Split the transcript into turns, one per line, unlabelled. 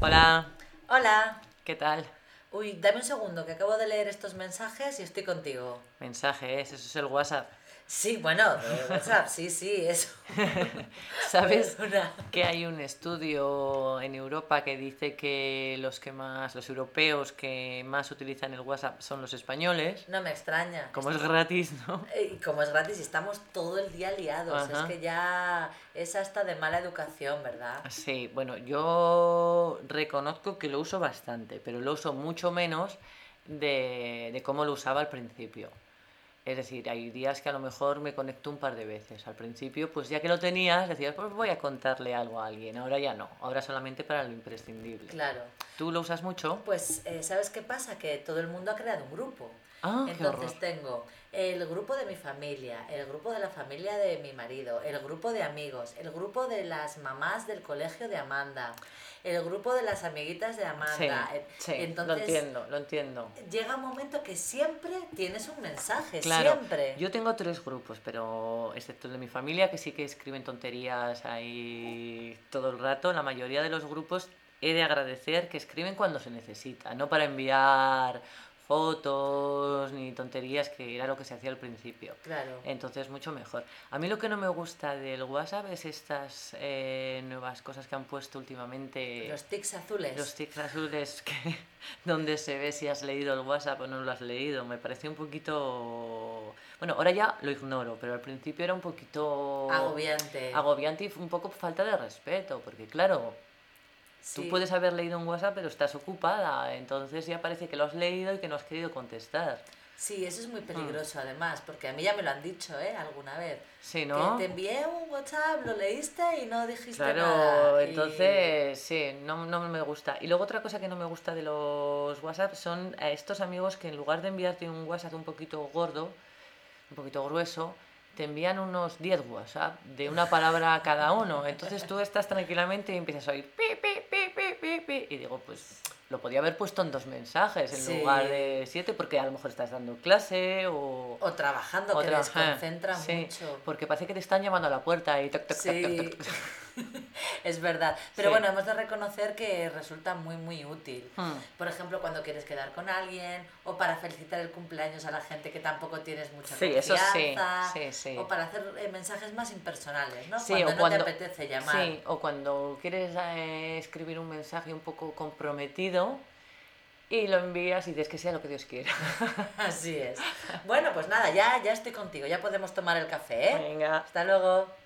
Hola,
Hola.
¿qué tal?
Uy, dame un segundo, que acabo de leer estos mensajes y estoy contigo.
Mensajes, eso es el WhatsApp.
Sí, bueno, de WhatsApp, sí, sí, eso.
¿Sabes
Una...
que hay un estudio en Europa que dice que los que más, los europeos que más utilizan el WhatsApp son los españoles?
No me extraña.
Como es gratis, ¿no?
Eh, y como es gratis y estamos todo el día liados,
Ajá.
es que ya es hasta de mala educación, ¿verdad?
Sí, bueno, yo reconozco que lo uso bastante, pero lo uso mucho menos de, de cómo lo usaba al principio. Es decir, hay días que a lo mejor me conecto un par de veces. Al principio, pues ya que lo tenías, decías, pues voy a contarle algo a alguien. Ahora ya no, ahora solamente para lo imprescindible.
Claro.
¿Tú lo usas mucho?
Pues, eh, ¿sabes qué pasa? Que todo el mundo ha creado un grupo.
Ah, qué horror.
Entonces tengo el grupo de mi familia, el grupo de la familia de mi marido, el grupo de amigos, el grupo de las mamás del colegio de Amanda, el grupo de las amiguitas de
Sí,
Amanda. Eh,
sí, lo
Entonces
entiendo, lo entiendo.
llega un momento que siempre tienes un mensaje,
Claro,
siempre.
yo tengo tres grupos, pero excepto el de mi familia, que sí que escriben tonterías ahí todo el rato, la mayoría de los grupos he de agradecer que escriben cuando se necesita, no para enviar fotos ni tonterías, que era lo que se hacía al principio.
Claro.
Entonces, mucho mejor. A mí lo que no me gusta del WhatsApp es estas eh, nuevas cosas que han puesto últimamente.
Los tics azules.
Los tics azules que, donde se ve si has leído el WhatsApp o no lo has leído. Me pareció un poquito... Bueno, ahora ya lo ignoro, pero al principio era un poquito...
Agobiante.
Agobiante y un poco falta de respeto, porque claro,
Sí.
tú puedes haber leído un WhatsApp, pero estás ocupada, entonces ya parece que lo has leído y que no has querido contestar.
Sí, eso es muy
Mm.
peligroso además, porque a mí ya me lo han dicho, ¿eh? Alguna vez.
Sí, ¿no?
Que te envié un WhatsApp, lo leíste y no dijiste nada.
Claro,
y-
entonces sí, no, no me gusta. Y luego otra cosa que no me gusta de los WhatsApp son a estos amigos que en lugar de enviarte un WhatsApp un poquito gordo, un poquito grueso, te envían unos 10 WhatsApp de una palabra a cada uno. Entonces tú estás tranquilamente y empiezas a oír pi, pi, pi, pi, pi, pi. Y digo, pues lo podía haber puesto en dos mensajes en
Sí.
lugar de siete porque a lo mejor estás dando clase o...
O trabajando, que
otra-
desconcentra
Sí,
mucho.
Porque parece que te están llamando a la puerta y toc, toc, toc, toc, toc,
Sí.
toc.
es verdad. Pero
Sí.
bueno, hemos de reconocer que resulta muy, muy útil.
Hmm.
Por ejemplo, cuando quieres quedar con alguien, o para felicitar el cumpleaños a la gente que tampoco tienes mucha
Sí, eso
confianza.
sí, sí, sí.
O para hacer eh, mensajes más impersonales, ¿no?
Sí,
cuando
o
no
cuando-
te apetece llamar.
Sí, o cuando quieres eh, escribir un mensaje un poco comprometido y lo envías y dices que sea lo que Dios quiera.
Así es. Bueno, pues nada, ya, ya estoy contigo. Ya podemos tomar el café, ¿eh?
Venga.
Hasta luego.